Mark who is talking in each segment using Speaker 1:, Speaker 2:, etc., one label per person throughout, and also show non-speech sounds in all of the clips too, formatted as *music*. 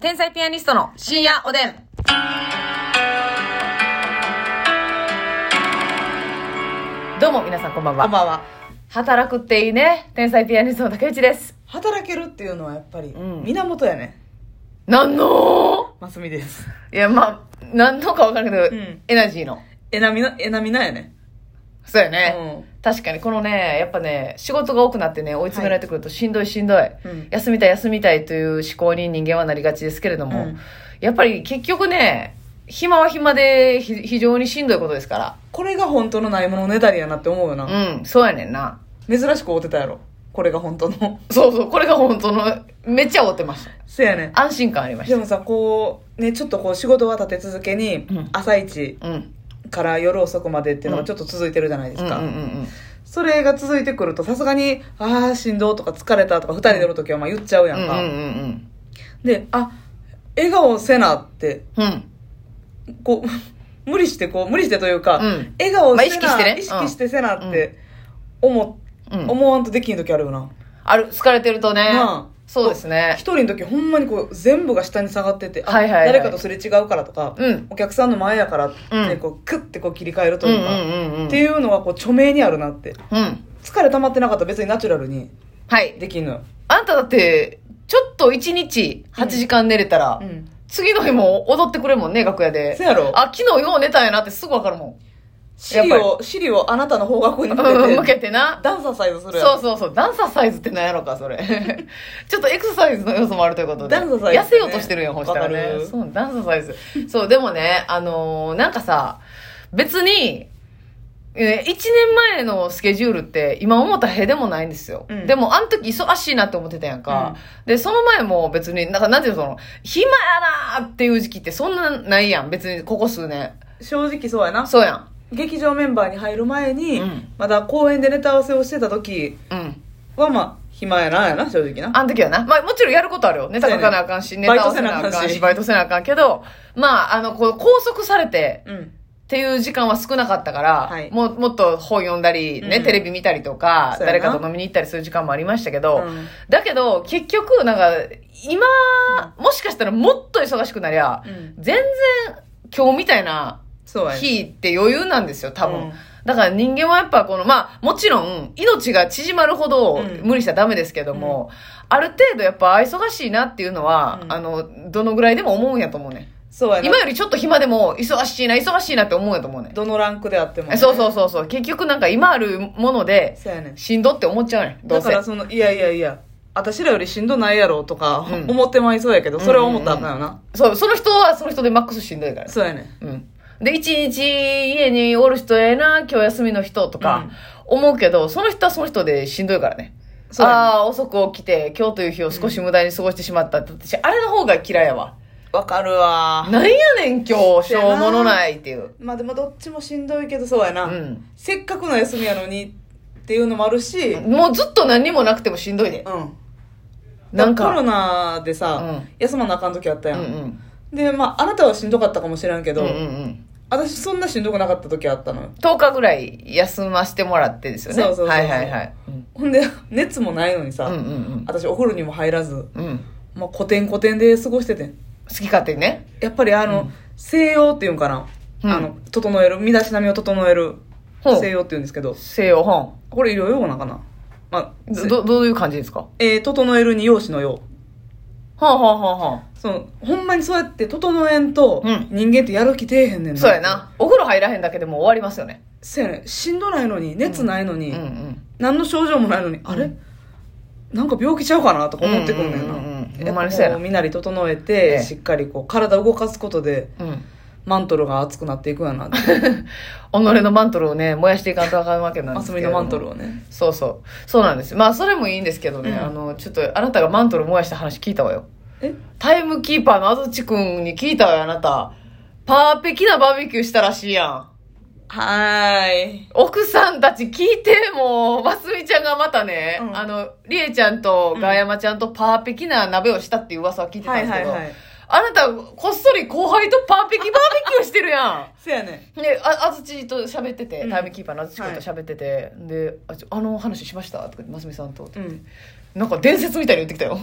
Speaker 1: 天才ピアニストの深夜おでん。どうも皆さんこんばん
Speaker 2: こん
Speaker 1: は。
Speaker 2: ばんは。
Speaker 1: 働くっていいね。天才ピアニストの竹内です。
Speaker 2: 働けるっていうのはやっぱり、
Speaker 1: うん
Speaker 2: 源やね。
Speaker 1: なんの
Speaker 2: ますみです。
Speaker 1: いや、まあ、なんのかわからんけど、
Speaker 2: うん
Speaker 1: エナジーの。
Speaker 2: えなみな、えなみなやね。
Speaker 1: そうや
Speaker 2: う
Speaker 1: ね。確かにこのね、やっぱね、仕事が多くなってね、追い詰められてくるとしんどいしんどい。
Speaker 2: うん
Speaker 1: 休みたい休みたいという思考に人間はなりがちですけれども、
Speaker 2: うん
Speaker 1: やっぱり結局ね、暇は暇でひ非常にしんどいことですか
Speaker 2: これが本当のないものねだりやなって思うよな。
Speaker 1: ら。うん、そうやねんな。
Speaker 2: 珍しく会うてたやろ。これが本当の。 *laughs*
Speaker 1: そうそう、これが本当の、めっちゃ追ってまし
Speaker 2: せやね。
Speaker 1: た。安心感ありまし
Speaker 2: でもさ、こう、ね、ちょっとこう仕事は立て続けに、
Speaker 1: うん
Speaker 2: 朝一
Speaker 1: た。うん。
Speaker 2: から夜遅くまでっていうの
Speaker 1: う
Speaker 2: が
Speaker 1: ん
Speaker 2: ちょっと続いてるじゃないで
Speaker 1: う
Speaker 2: す
Speaker 1: んうん
Speaker 2: か。
Speaker 1: うん
Speaker 2: それが続いてくると、さすがに、ああ、しんどとか疲れたとか、二人でおるときはまあ言っちゃう
Speaker 1: う
Speaker 2: や
Speaker 1: ん。うんん
Speaker 2: か。
Speaker 1: うんうん
Speaker 2: で、あ、笑顔せなって、
Speaker 1: うん。うん。
Speaker 2: こう、無理してこう、無理してというか、
Speaker 1: うん
Speaker 2: 笑顔せな、
Speaker 1: まあ意識してね
Speaker 2: 意識してせなって思、
Speaker 1: うん
Speaker 2: 思わんとできん時あるよな。
Speaker 1: ある、疲れてるとね
Speaker 2: なあ。
Speaker 1: そうですね
Speaker 2: 一。人の時ほんまにこう、全部が下に下がってて、あ
Speaker 1: はいはいはい
Speaker 2: 誰かとすれ違うからとか、
Speaker 1: うん
Speaker 2: お客さんの前やからって、
Speaker 1: うん
Speaker 2: こう、クッてこう切り替えると
Speaker 1: うんう
Speaker 2: い
Speaker 1: ん
Speaker 2: うか、
Speaker 1: うんうん。
Speaker 2: っていうのがこう、著名にあるなって。
Speaker 1: うん。
Speaker 2: 疲れ溜まってなかったら別にナチュラルに
Speaker 1: はい。
Speaker 2: できんのよ。
Speaker 1: あんただって、ちょっと1日8時間寝れたら、
Speaker 2: うん。
Speaker 1: 次の日も踊ってくれるもんね、楽屋で
Speaker 2: せ。やろ
Speaker 1: あ、昨日よう寝たんやなってすぐわかるもん。
Speaker 2: 尻を、尻をあなたの方角に向け
Speaker 1: うん *laughs*
Speaker 2: て、
Speaker 1: 向けてな。
Speaker 2: ダンサーサイズするやろ
Speaker 1: そうそうそう。ダンサーサイズってなんやろか、それ。 *laughs* ちょっとエクササイズの要素もあるということで。
Speaker 2: ダンサーサイズね
Speaker 1: 痩せようとしてるやん、ほしたら
Speaker 2: わか
Speaker 1: ね。
Speaker 2: る
Speaker 1: そう、ダンサーサイズ。そう、でもね、あのーなんかさ、別に、えー、1年前のスケジュールって今思ったらへでもないんですよ。
Speaker 2: うん
Speaker 1: でもあの時忙しいなって思ってたやんか。で、その前も別に、なんかなんていうのその、暇やなーっていう時期ってそんなないやん。別にここ数年。
Speaker 2: 正直そうやな。
Speaker 1: そうやん。
Speaker 2: 劇場メンバーに入る前に、
Speaker 1: うん
Speaker 2: まだ公演でネタ合わせをしてた時
Speaker 1: うん。
Speaker 2: はまあ暇やなやな正直な
Speaker 1: あの時はな。まあもちろんやることあるよ。ネタ書かなあかんし、
Speaker 2: そう
Speaker 1: ネ
Speaker 2: やね
Speaker 1: タ合わせなあ
Speaker 2: バイト
Speaker 1: か
Speaker 2: せなあ
Speaker 1: ん
Speaker 2: かん
Speaker 1: し、
Speaker 2: し
Speaker 1: バイトせなあかんけど、まあ、あの、こう、拘束されて
Speaker 2: うん
Speaker 1: っていう時間は少なかったから、
Speaker 2: はい
Speaker 1: もうもっと本読んだり、ね、
Speaker 2: うん
Speaker 1: テレビ見たりとか、
Speaker 2: そうや
Speaker 1: 誰
Speaker 2: な
Speaker 1: かと飲みに行ったりする時間もありましたけど、
Speaker 2: うん
Speaker 1: だけど、結局、なんか、今、もしかしたらもっと忙しくなりゃ、
Speaker 2: うん
Speaker 1: 全然今日みたいな
Speaker 2: そうやね
Speaker 1: 日って余裕なんですよ、多分。
Speaker 2: うん
Speaker 1: だから人間はやっぱこの、まあ、もちろん、命が縮まるほど
Speaker 2: うん
Speaker 1: 無理しちゃダメですけども、ある程度やっぱ忙しいなっていうのは、
Speaker 2: うん
Speaker 1: あの、どのぐらいでも思うんやと思うね。
Speaker 2: そうやな
Speaker 1: 今よりちょっと暇でも、忙しいな、忙しいなって思うんやと思うね。
Speaker 2: どのランクであっても、
Speaker 1: えそう
Speaker 2: う
Speaker 1: そうそうそう。結局なんか今あるもので、
Speaker 2: そうやね
Speaker 1: しんどって思っちゃうねん。どう
Speaker 2: だ
Speaker 1: せ。
Speaker 2: からそのいやいやいや私らよりしんどないやろとか、
Speaker 1: うん
Speaker 2: 思ってまいそうやけどそれは思ったらあかんよな、
Speaker 1: そう、その人はその人でマックスしんどいから。
Speaker 2: そうやね
Speaker 1: うん。で、一日家におる人ええな、今日休みの人とか思うけど、その人はその人でしんどいからね。
Speaker 2: そうやね
Speaker 1: ああ、遅く起きて、今日という日を少し無駄に過ごしてしまったって、私、あれの方が嫌いやわ。
Speaker 2: わかるわ
Speaker 1: なんやねん、今日、しょうものないっていう。
Speaker 2: まあでもどっちもしんどいけどそうやな、
Speaker 1: うん。
Speaker 2: せっかくの休みやのにっていうのもあるし、うん
Speaker 1: もうずっと何もなくてもしんどいで。なん
Speaker 2: コロ
Speaker 1: か、
Speaker 2: ナでさ、
Speaker 1: うん
Speaker 2: 休まなあかん時あった
Speaker 1: うん
Speaker 2: や、
Speaker 1: うんん。
Speaker 2: でまああなたはしんどかったかもしれんけ
Speaker 1: う
Speaker 2: ど、
Speaker 1: んうんうん。
Speaker 2: 私そんなしんどくなかった時あったのよ
Speaker 1: 10日ぐらい休ませてもらってですよね。
Speaker 2: そうそうそうそう
Speaker 1: はいはいはい。うん
Speaker 2: ほんで熱もないのにさ、
Speaker 1: うんうん
Speaker 2: 私お風呂にも入らず、
Speaker 1: うん。うん。
Speaker 2: まあ、古典古典で過ごしててん
Speaker 1: 好き勝手にね。
Speaker 2: やっぱりあの、西洋っていうんかな、
Speaker 1: うん
Speaker 2: あの整える身だしなみを整える
Speaker 1: ほう
Speaker 2: 西洋っていうんですけど
Speaker 1: 西洋本。
Speaker 2: これいろいろなのかな、まあ
Speaker 1: ど
Speaker 2: せ
Speaker 1: ど、どういう感じですか
Speaker 2: えー整えるに容姿のよう
Speaker 1: はあはあはあはあ。
Speaker 2: そのほんまにそうやって整えんと、
Speaker 1: うん
Speaker 2: 人間ってやる気出えへんねん
Speaker 1: そうやな。お風呂入らへんだけでもう終わりますよね。
Speaker 2: そうやねんしんどないのに熱ないの
Speaker 1: う
Speaker 2: に、
Speaker 1: んうん。
Speaker 2: 何の症状もないのに、あれなんか病気ちゃうかなとか思ってくるんだよ
Speaker 1: うんうんうんうん
Speaker 2: な。
Speaker 1: ほんま
Speaker 2: やっ
Speaker 1: にそうや
Speaker 2: ぱ
Speaker 1: な
Speaker 2: こう身なり整え
Speaker 1: え
Speaker 2: て、
Speaker 1: え
Speaker 2: しっかりこう体動かすことで、
Speaker 1: うん。
Speaker 2: マントルが熱くなっていくんやなって。
Speaker 1: *laughs* 己のマントルをね、燃やしていかんとあかんわけなんで
Speaker 2: ますす
Speaker 1: け
Speaker 2: み
Speaker 1: れど
Speaker 2: の
Speaker 1: も。
Speaker 2: マントルをね。
Speaker 1: そうそう。そうなんです。まあ、それもいいんですけどね、
Speaker 2: うん
Speaker 1: あの、ちょっと、あなたがマントル燃やした話聞いたわよ。
Speaker 2: え
Speaker 1: タイムキーパーのあずちくんに聞いたわよ、あなた。パーペキなバーベキューしたらしいやん。
Speaker 2: はーい。
Speaker 1: 奥さんたち聞いて、もう、ますみちゃんがまたね、
Speaker 2: うん
Speaker 1: あの、りえちゃんとガーヤマちゃんとパーペキな鍋をしたっていう噂を聞いてたん
Speaker 2: は
Speaker 1: で
Speaker 2: い
Speaker 1: すけ
Speaker 2: は
Speaker 1: ど、
Speaker 2: いはい。
Speaker 1: あなた、こっそり後輩とパーペキバーベキューしてるやん。
Speaker 2: そうや *laughs* ね。
Speaker 1: で、あ、あずちと喋ってて、
Speaker 2: うん
Speaker 1: タイムキーパーのあずち君と喋ってて、で、あちょあの話しましたとか言って、ますみさんと。
Speaker 2: うん。 *laughs*
Speaker 1: なんか伝説みたいに言ってきたよ。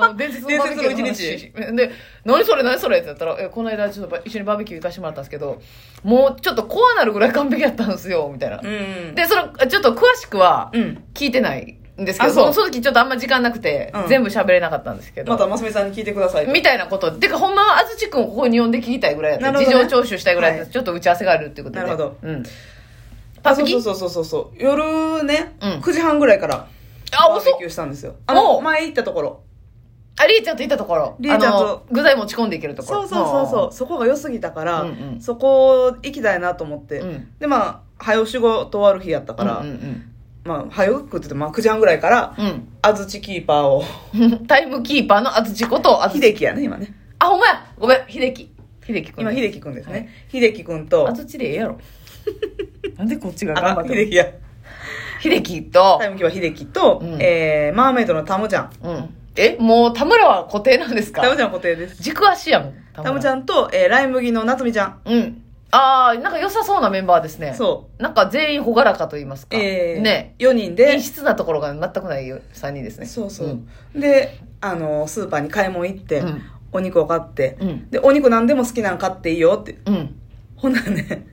Speaker 1: あの伝説のバーベキューの
Speaker 2: 伝
Speaker 1: 話で「何それ何それ」ってなったら「えこの間ちょっとば一緒にバーベキュー行かしてもらったんですけどもうちょっと怖なるぐらい完璧やったんですよ」みたいな、
Speaker 2: うん
Speaker 1: でそのちょっと詳しくは
Speaker 2: うん
Speaker 1: 聞いてないんですけど、
Speaker 2: あそう
Speaker 1: そのその時ちょっとあんま時間なくて、
Speaker 2: うん
Speaker 1: 全部喋れなかったんですけど、
Speaker 2: またますみさんに聞いてください
Speaker 1: みたいなことてかほんまは安土君をここに呼んで聞きたいぐらいやった、
Speaker 2: なるほ
Speaker 1: 事
Speaker 2: ど
Speaker 1: 情
Speaker 2: ね
Speaker 1: 聴取したいぐらいやった、
Speaker 2: は
Speaker 1: ちょっと打ち合わせがあるっていうことで
Speaker 2: なるほど
Speaker 1: うん、パ
Speaker 2: あ
Speaker 1: プ
Speaker 2: そう
Speaker 1: キ
Speaker 2: そうそうそうそう夜ね、
Speaker 1: うん
Speaker 2: 9時半ぐらいから
Speaker 1: あ
Speaker 2: バー
Speaker 1: 遅
Speaker 2: ベ
Speaker 1: っ
Speaker 2: キューしたんですよあの
Speaker 1: お
Speaker 2: 前行ったところ
Speaker 1: ありえちゃんといたところ
Speaker 2: りえちゃんと
Speaker 1: あの具材持ち込んでいけるとこ
Speaker 2: そ
Speaker 1: ろ
Speaker 2: うそうそうそうそこが良すぎたから、
Speaker 1: うんうん
Speaker 2: そこ行きたいなと思って、
Speaker 1: うん
Speaker 2: でまあ早う仕事終わる日やったから、
Speaker 1: うんうん
Speaker 2: まあ早く食ってて、まあ、9時半ぐらいから
Speaker 1: うんうん *laughs*
Speaker 2: 安土キーパーを
Speaker 1: タイムキーパーの安土こと、安土。
Speaker 2: 秀樹やね今ね
Speaker 1: あ、ほんまやごめん、秀樹。秀樹くん。
Speaker 2: 今秀樹くんですね、秀樹くんと
Speaker 1: 安土でええや
Speaker 2: *laughs*
Speaker 1: ろ。なんでこっちが
Speaker 2: あ
Speaker 1: 頑張
Speaker 2: か
Speaker 1: っ
Speaker 2: ん
Speaker 1: て
Speaker 2: 秀
Speaker 1: る
Speaker 2: 樹や
Speaker 1: 秀樹と
Speaker 2: タ、イムキーパー秀樹と、
Speaker 1: うん
Speaker 2: えー、マーメイドのタムちゃん
Speaker 1: うん。え、もう田村は固定なんです
Speaker 2: タム
Speaker 1: か
Speaker 2: ちゃん固定です
Speaker 1: 軸足やもん。
Speaker 2: タムち
Speaker 1: ん。
Speaker 2: ゃんと、えー、ライ麦の夏美ちゃん
Speaker 1: うん。あー、なんか良さそうなメンバーですね。。
Speaker 2: そう
Speaker 1: なんか全員朗らかと言いますか。
Speaker 2: えー、
Speaker 1: ね。
Speaker 2: 4人で
Speaker 1: 陰湿なところが全くない3人ですね。
Speaker 2: そうそう、
Speaker 1: ん
Speaker 2: であのスーパーに買い物行って、
Speaker 1: うん
Speaker 2: お肉を買って、
Speaker 1: うん。
Speaker 2: でお肉何でも好きなん買っていいよって
Speaker 1: うん。
Speaker 2: ほんならね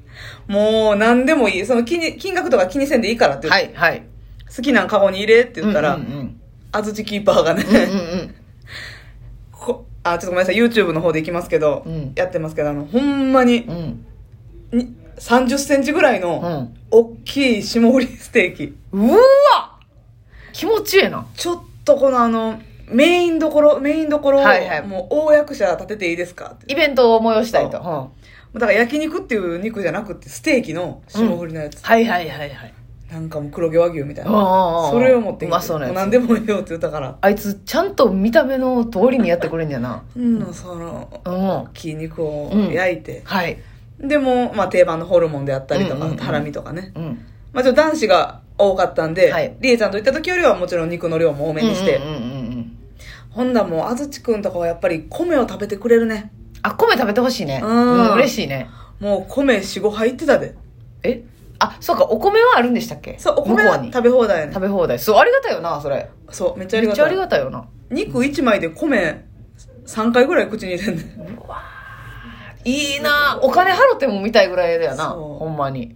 Speaker 2: もう何でもいいその気に金額とか気にせんでいいからって言って、
Speaker 1: はい、はい。って
Speaker 2: 好きなんカゴに入れって言ったら、
Speaker 1: うんうん
Speaker 2: 安土キーパーがね、
Speaker 1: うん。うんうん
Speaker 2: こあちょっとごめんなさい YouTube の方で行きますけど、
Speaker 1: うん
Speaker 2: やってますけどあのほんまに
Speaker 1: うん。うん。
Speaker 2: に30センチぐらいうの
Speaker 1: ん。
Speaker 2: 大きい霜降りステーキ
Speaker 1: うーわ気持ちええな。
Speaker 2: ちょっとこのあのメインどころメインどころを、
Speaker 1: はいはい
Speaker 2: もう大役者立てていいですかって
Speaker 1: イベントを催したいと。
Speaker 2: そう
Speaker 1: うん
Speaker 2: だから焼肉っていう肉じゃなくてステーキの霜降りのやつ、
Speaker 1: はいはいはいはい。
Speaker 2: なんかもう黒毛和牛みたいな
Speaker 1: おうおうおう
Speaker 2: それを持ってきて
Speaker 1: うまそうなやつ
Speaker 2: も何でもいいよって言ったから
Speaker 1: あいつ、ちゃんと見た目の通りにやってくれんやな。
Speaker 2: うんその
Speaker 1: うん。
Speaker 2: 筋肉を
Speaker 1: うん
Speaker 2: 焼いて、
Speaker 1: はい。
Speaker 2: でも、まあ、定番のホルモンであったりとか、
Speaker 1: うんうんうん
Speaker 2: ハラミとかね、
Speaker 1: うん。
Speaker 2: まあ、ちょっと男子が多かったんで、
Speaker 1: はい
Speaker 2: りえちゃんと行った時よりはもちろん肉の量も多めにして、
Speaker 1: うんうんうんうん。
Speaker 2: ほんだらもう安土くんとかはやっぱり米を食べてくれるね
Speaker 1: あ、米食べてほしいね。
Speaker 2: う
Speaker 1: うんん。嬉しいね。
Speaker 2: もう米45杯いってたで
Speaker 1: えあ、そうか、お米はあるんでしたっけ
Speaker 2: そうお米
Speaker 1: 向こ
Speaker 2: は
Speaker 1: うに
Speaker 2: 食べ放題やね
Speaker 1: 食べ放題。そう、ありがたいよな、それ。
Speaker 2: そうめっちゃあり
Speaker 1: めっ
Speaker 2: が
Speaker 1: ちゃ
Speaker 2: た
Speaker 1: あ
Speaker 2: い
Speaker 1: りがたいよな。
Speaker 2: 肉1枚で米3回ぐらい口に入れんねん
Speaker 1: いいなお金払っても見たいぐらいだよな。
Speaker 2: そう
Speaker 1: ほんまに。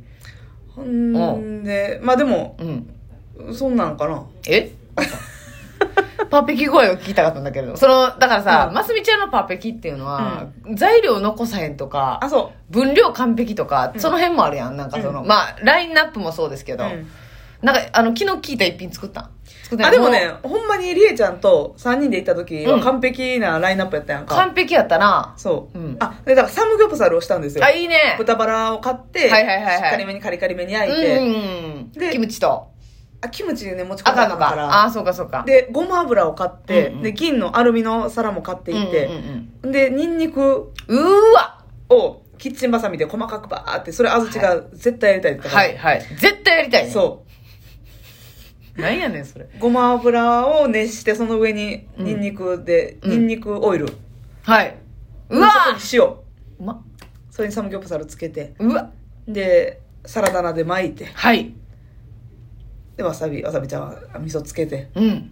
Speaker 2: ほんでまあでも
Speaker 1: うん。
Speaker 2: そんなんかな
Speaker 1: え *laughs* パペキ具合を聞きたかったんだけれどそのだからさ、
Speaker 2: うん
Speaker 1: マスミちゃんのパペキっていうのは、材料残さへんとか
Speaker 2: あそ
Speaker 1: 分量完璧とか、
Speaker 2: うん
Speaker 1: その辺もあるやんなんかその、
Speaker 2: う
Speaker 1: まあラインナップもそうですけ
Speaker 2: う、う
Speaker 1: ど、
Speaker 2: ん
Speaker 1: なんかあの昨日聞いた一品作ったん作ってない
Speaker 2: あでもねほんまにりえちゃんと3人で行った時
Speaker 1: う
Speaker 2: は
Speaker 1: ん
Speaker 2: 完璧なラインナップやったやんか、
Speaker 1: 完璧やったな
Speaker 2: そう、
Speaker 1: うん
Speaker 2: あでだからサムギョプサルをしたんですよ
Speaker 1: あいいね
Speaker 2: 豚バラを買って、
Speaker 1: はいはいはいはい
Speaker 2: しっかりめにカリカリめに
Speaker 1: う
Speaker 2: 焼いて、
Speaker 1: ん
Speaker 2: で
Speaker 1: キムチと
Speaker 2: あキムチね持ち込ん
Speaker 1: 赤
Speaker 2: だ
Speaker 1: の
Speaker 2: か
Speaker 1: からあ
Speaker 2: ら
Speaker 1: ーそうかそうか
Speaker 2: でごま油を買って、
Speaker 1: うんうん
Speaker 2: で銀のアルミの皿も買ってい
Speaker 1: うんう
Speaker 2: て、
Speaker 1: んうん
Speaker 2: でニンニク
Speaker 1: うんうーわ
Speaker 2: をキッチンバサミで細かくバーってそれ安土が絶対やりたいって言ったから
Speaker 1: はいはい絶対やりたいね
Speaker 2: そう
Speaker 1: なんやねんそれ
Speaker 2: うごま油を熱してその上に
Speaker 1: うん
Speaker 2: ニンニクで、
Speaker 1: うん
Speaker 2: ニンニクオイル
Speaker 1: はいうわ
Speaker 2: そこに塩
Speaker 1: うま
Speaker 2: それにサムギョプサルつけて
Speaker 1: うわ
Speaker 2: でサラダ菜で巻いて
Speaker 1: はい
Speaker 2: でわさびわさびちゃんは味噌つけて
Speaker 1: うん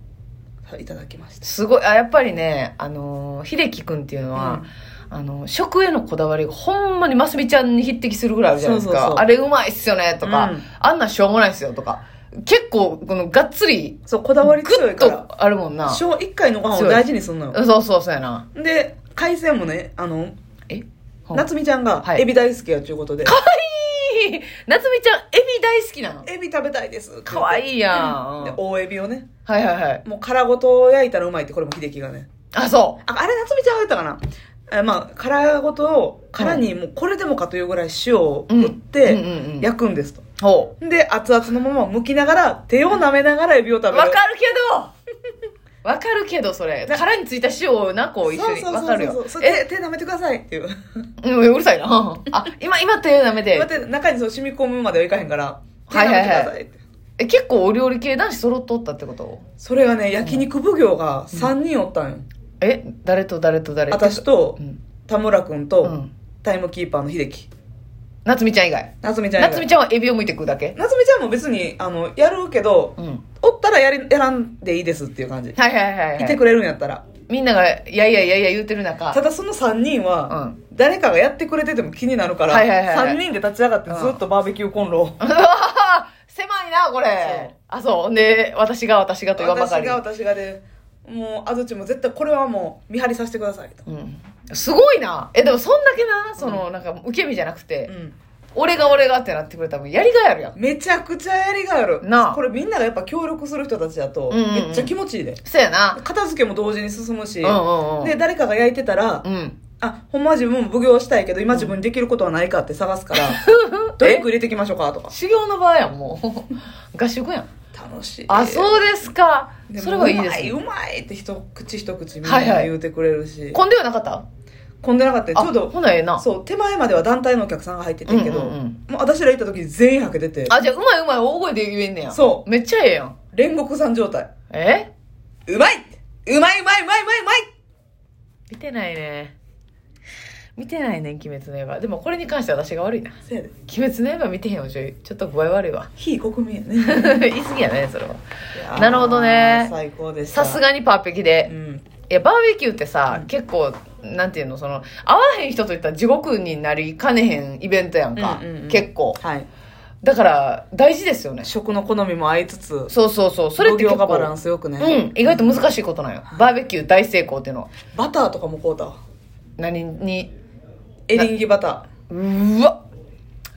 Speaker 2: いただきました
Speaker 1: すごいあやっぱりねあのー秀樹君っていうのは、あのー食へのこだわりがほんまにますみちゃんに匹敵するぐらいあるじゃないですか
Speaker 2: そうそうそう
Speaker 1: あれうまいっすよねとか、
Speaker 2: うん
Speaker 1: あんなんしょうもないっすよとか結構このがっつり
Speaker 2: そうこだわり強
Speaker 1: グ
Speaker 2: い
Speaker 1: ッ
Speaker 2: から
Speaker 1: とあるもんなそ
Speaker 2: 小1回のご飯を大事にすんのよ
Speaker 1: うそうそうやな
Speaker 2: で海鮮もねあの
Speaker 1: えほん
Speaker 2: 夏美ちゃんが
Speaker 1: はい
Speaker 2: エビ大好きやっちゅうことで、
Speaker 1: かわいい夏みちゃんエビ大好きなの
Speaker 2: エビ食べたいです
Speaker 1: かわい
Speaker 2: い
Speaker 1: いやん、
Speaker 2: で
Speaker 1: うん
Speaker 2: 大エビをね
Speaker 1: はいはいはい
Speaker 2: もう殻ごと焼いたらうまいってこれも秀樹がね
Speaker 1: あそ
Speaker 2: ああれ、夏美ちゃんが言ったかなえーまあ、殻ごとを、殻にもうこれでもかというぐらい塩を
Speaker 1: ううん
Speaker 2: 振って
Speaker 1: うんうんうん、
Speaker 2: 焼くんですと。
Speaker 1: うほ
Speaker 2: で、熱々のまま剥きながら、手を舐めながらエビを
Speaker 1: う
Speaker 2: 食べる。
Speaker 1: わかるけどわかるけどそ *laughs* れ殻についた塩をなこう一緒に
Speaker 2: そう
Speaker 1: わ
Speaker 2: そ
Speaker 1: か
Speaker 2: う
Speaker 1: る
Speaker 2: そうそ
Speaker 1: よ
Speaker 2: うそう。
Speaker 1: え
Speaker 2: 手、手舐めてくださいっていう。
Speaker 1: うん、うるさいな。 *laughs* あ、今、今手舐め。
Speaker 2: だってて中にそう染み込むまではいかへんから、手
Speaker 1: は
Speaker 2: 舐
Speaker 1: い
Speaker 2: め
Speaker 1: はい
Speaker 2: て
Speaker 1: はい
Speaker 2: くださいって。
Speaker 1: え、結構お料理系男子揃っとったってこと
Speaker 2: それがね、焼肉奉行が3人おったんよ。
Speaker 1: え、誰と誰と誰
Speaker 2: 私
Speaker 1: と。
Speaker 2: と
Speaker 1: う、ん。
Speaker 2: 田村くん
Speaker 1: う
Speaker 2: と、
Speaker 1: ん。
Speaker 2: タイムキーパーの秀樹。
Speaker 1: 夏美ちゃん以外。
Speaker 2: 夏美ちゃん以外
Speaker 1: 夏美ちゃんはエビを剥いて食うだけ
Speaker 2: 夏美ちゃんも別に、あの、やるけど
Speaker 1: う、ん。
Speaker 2: おったらやり、やらんでいいですっていう感じ。
Speaker 1: はいはいはいはい。
Speaker 2: いてくれるんやったら。
Speaker 1: みんなが、いやいやいやいや言うてる中、
Speaker 2: ただその3人は、
Speaker 1: うん。
Speaker 2: 誰かがやってくれてても気になるから、
Speaker 1: はいはいはいはい
Speaker 2: 3人で立ち上がってずっとバーベキューコンロを、
Speaker 1: 狭いな、これ。あ、そう。で、私が私がと言わんばか
Speaker 2: 私
Speaker 1: り
Speaker 2: が。私がで、もう、安土も絶対これはもう見張りさせてくださいと。
Speaker 1: うん。すごいな。え、でもそんだけな、その、なんか、受け身じゃなくて、
Speaker 2: うん。
Speaker 1: 俺が俺がってなってくれたら、もうやりがいあるやん。
Speaker 2: めちゃくちゃやりがいある。
Speaker 1: なあ
Speaker 2: これみんながやっぱ協力する人たちだと、
Speaker 1: うんうんうん
Speaker 2: めっちゃ気持ちいいで。
Speaker 1: そうやな。
Speaker 2: 片付けも同時に進むし、
Speaker 1: うんうんうん。
Speaker 2: で、誰かが焼いてたら、
Speaker 1: うん。
Speaker 2: あ、ほんまは自分も奉行したいけど、今自分にできることはないかって探
Speaker 1: *laughs*
Speaker 2: すから、ドリンク入れてきましょうかとか。
Speaker 1: 修行の場合やん、もう。合宿やん。
Speaker 2: 楽しい。
Speaker 1: *laughs* あ、そうですか。
Speaker 2: でも
Speaker 1: それはいいですね。
Speaker 2: うまいうまいって一口一口みん
Speaker 1: は
Speaker 2: ない
Speaker 1: はい
Speaker 2: 言うてくれるし、
Speaker 1: 混んではなかった
Speaker 2: 混んでなかったよ
Speaker 1: あ
Speaker 2: ちょうど
Speaker 1: ほなええな。
Speaker 2: そう手前までは団体のお客さんが入っててんけど、
Speaker 1: うんうんうん
Speaker 2: もう私ら行った時全員はけてて
Speaker 1: あ、じゃあ、うまいうまい大声で言えんねや。。
Speaker 2: そう
Speaker 1: めっちゃええやん。
Speaker 2: 煉獄さん状態
Speaker 1: え
Speaker 2: うまいうまいうまいうまいうまいうまい
Speaker 1: 見てないね。見てないねん、鬼滅の刃。でもこれに関しては私が悪いな。
Speaker 2: せやで
Speaker 1: 鬼滅の刃見てへんわ、ちょいちょっと具合悪いわ。 *laughs*
Speaker 2: 非国民やね
Speaker 1: 言い過ぎやね、それは。なるほどね
Speaker 2: いやー最高でした
Speaker 1: さすがにパーペキ
Speaker 2: う
Speaker 1: で。
Speaker 2: ん
Speaker 1: いや、バーベキューってさ、結構、なんていうの、その、会わへん人といったら地獄になりかねへんイベントやんか。
Speaker 2: うんうんうん
Speaker 1: 結構。
Speaker 2: はい
Speaker 1: だから、大事ですよね。
Speaker 2: 食の好みも合いつつ
Speaker 1: そうそうそう。それって
Speaker 2: 度
Speaker 1: 結
Speaker 2: 量が
Speaker 1: 構。
Speaker 2: バランスよくね、
Speaker 1: うん、意外と難しいことなんよ。バーベキュー大成功っていうのは。
Speaker 2: バターとかもこうだわ
Speaker 1: 何に、
Speaker 2: エリンギバタ
Speaker 1: うーわ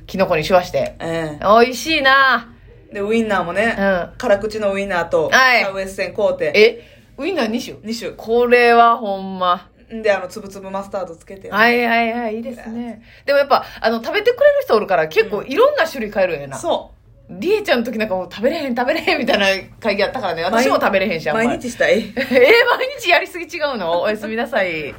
Speaker 1: キノコにしわして。
Speaker 2: ーええ
Speaker 1: 美味しいな
Speaker 2: でウインナーもね、
Speaker 1: うん
Speaker 2: 辛口のウインナーと
Speaker 1: はい
Speaker 2: シャウエッセン買うて
Speaker 1: え、ウインナー2種
Speaker 2: 2種
Speaker 1: これはほんま。
Speaker 2: で、あの、つぶつぶマスタードつけて。
Speaker 1: はいはいはい、いいですね。でもやっぱ、あの、食べてくれる人おるから結構いろんな種類買えるんやな。
Speaker 2: そ
Speaker 1: りえちゃんの時なんかもう食べれへん食べれへんみたいな会議あ *laughs* ったからね。私も食べれへんし、
Speaker 2: う。
Speaker 1: あんま
Speaker 2: 毎
Speaker 1: り。
Speaker 2: 日したい。
Speaker 1: えー毎日やりすぎ違うのおやすみなさい。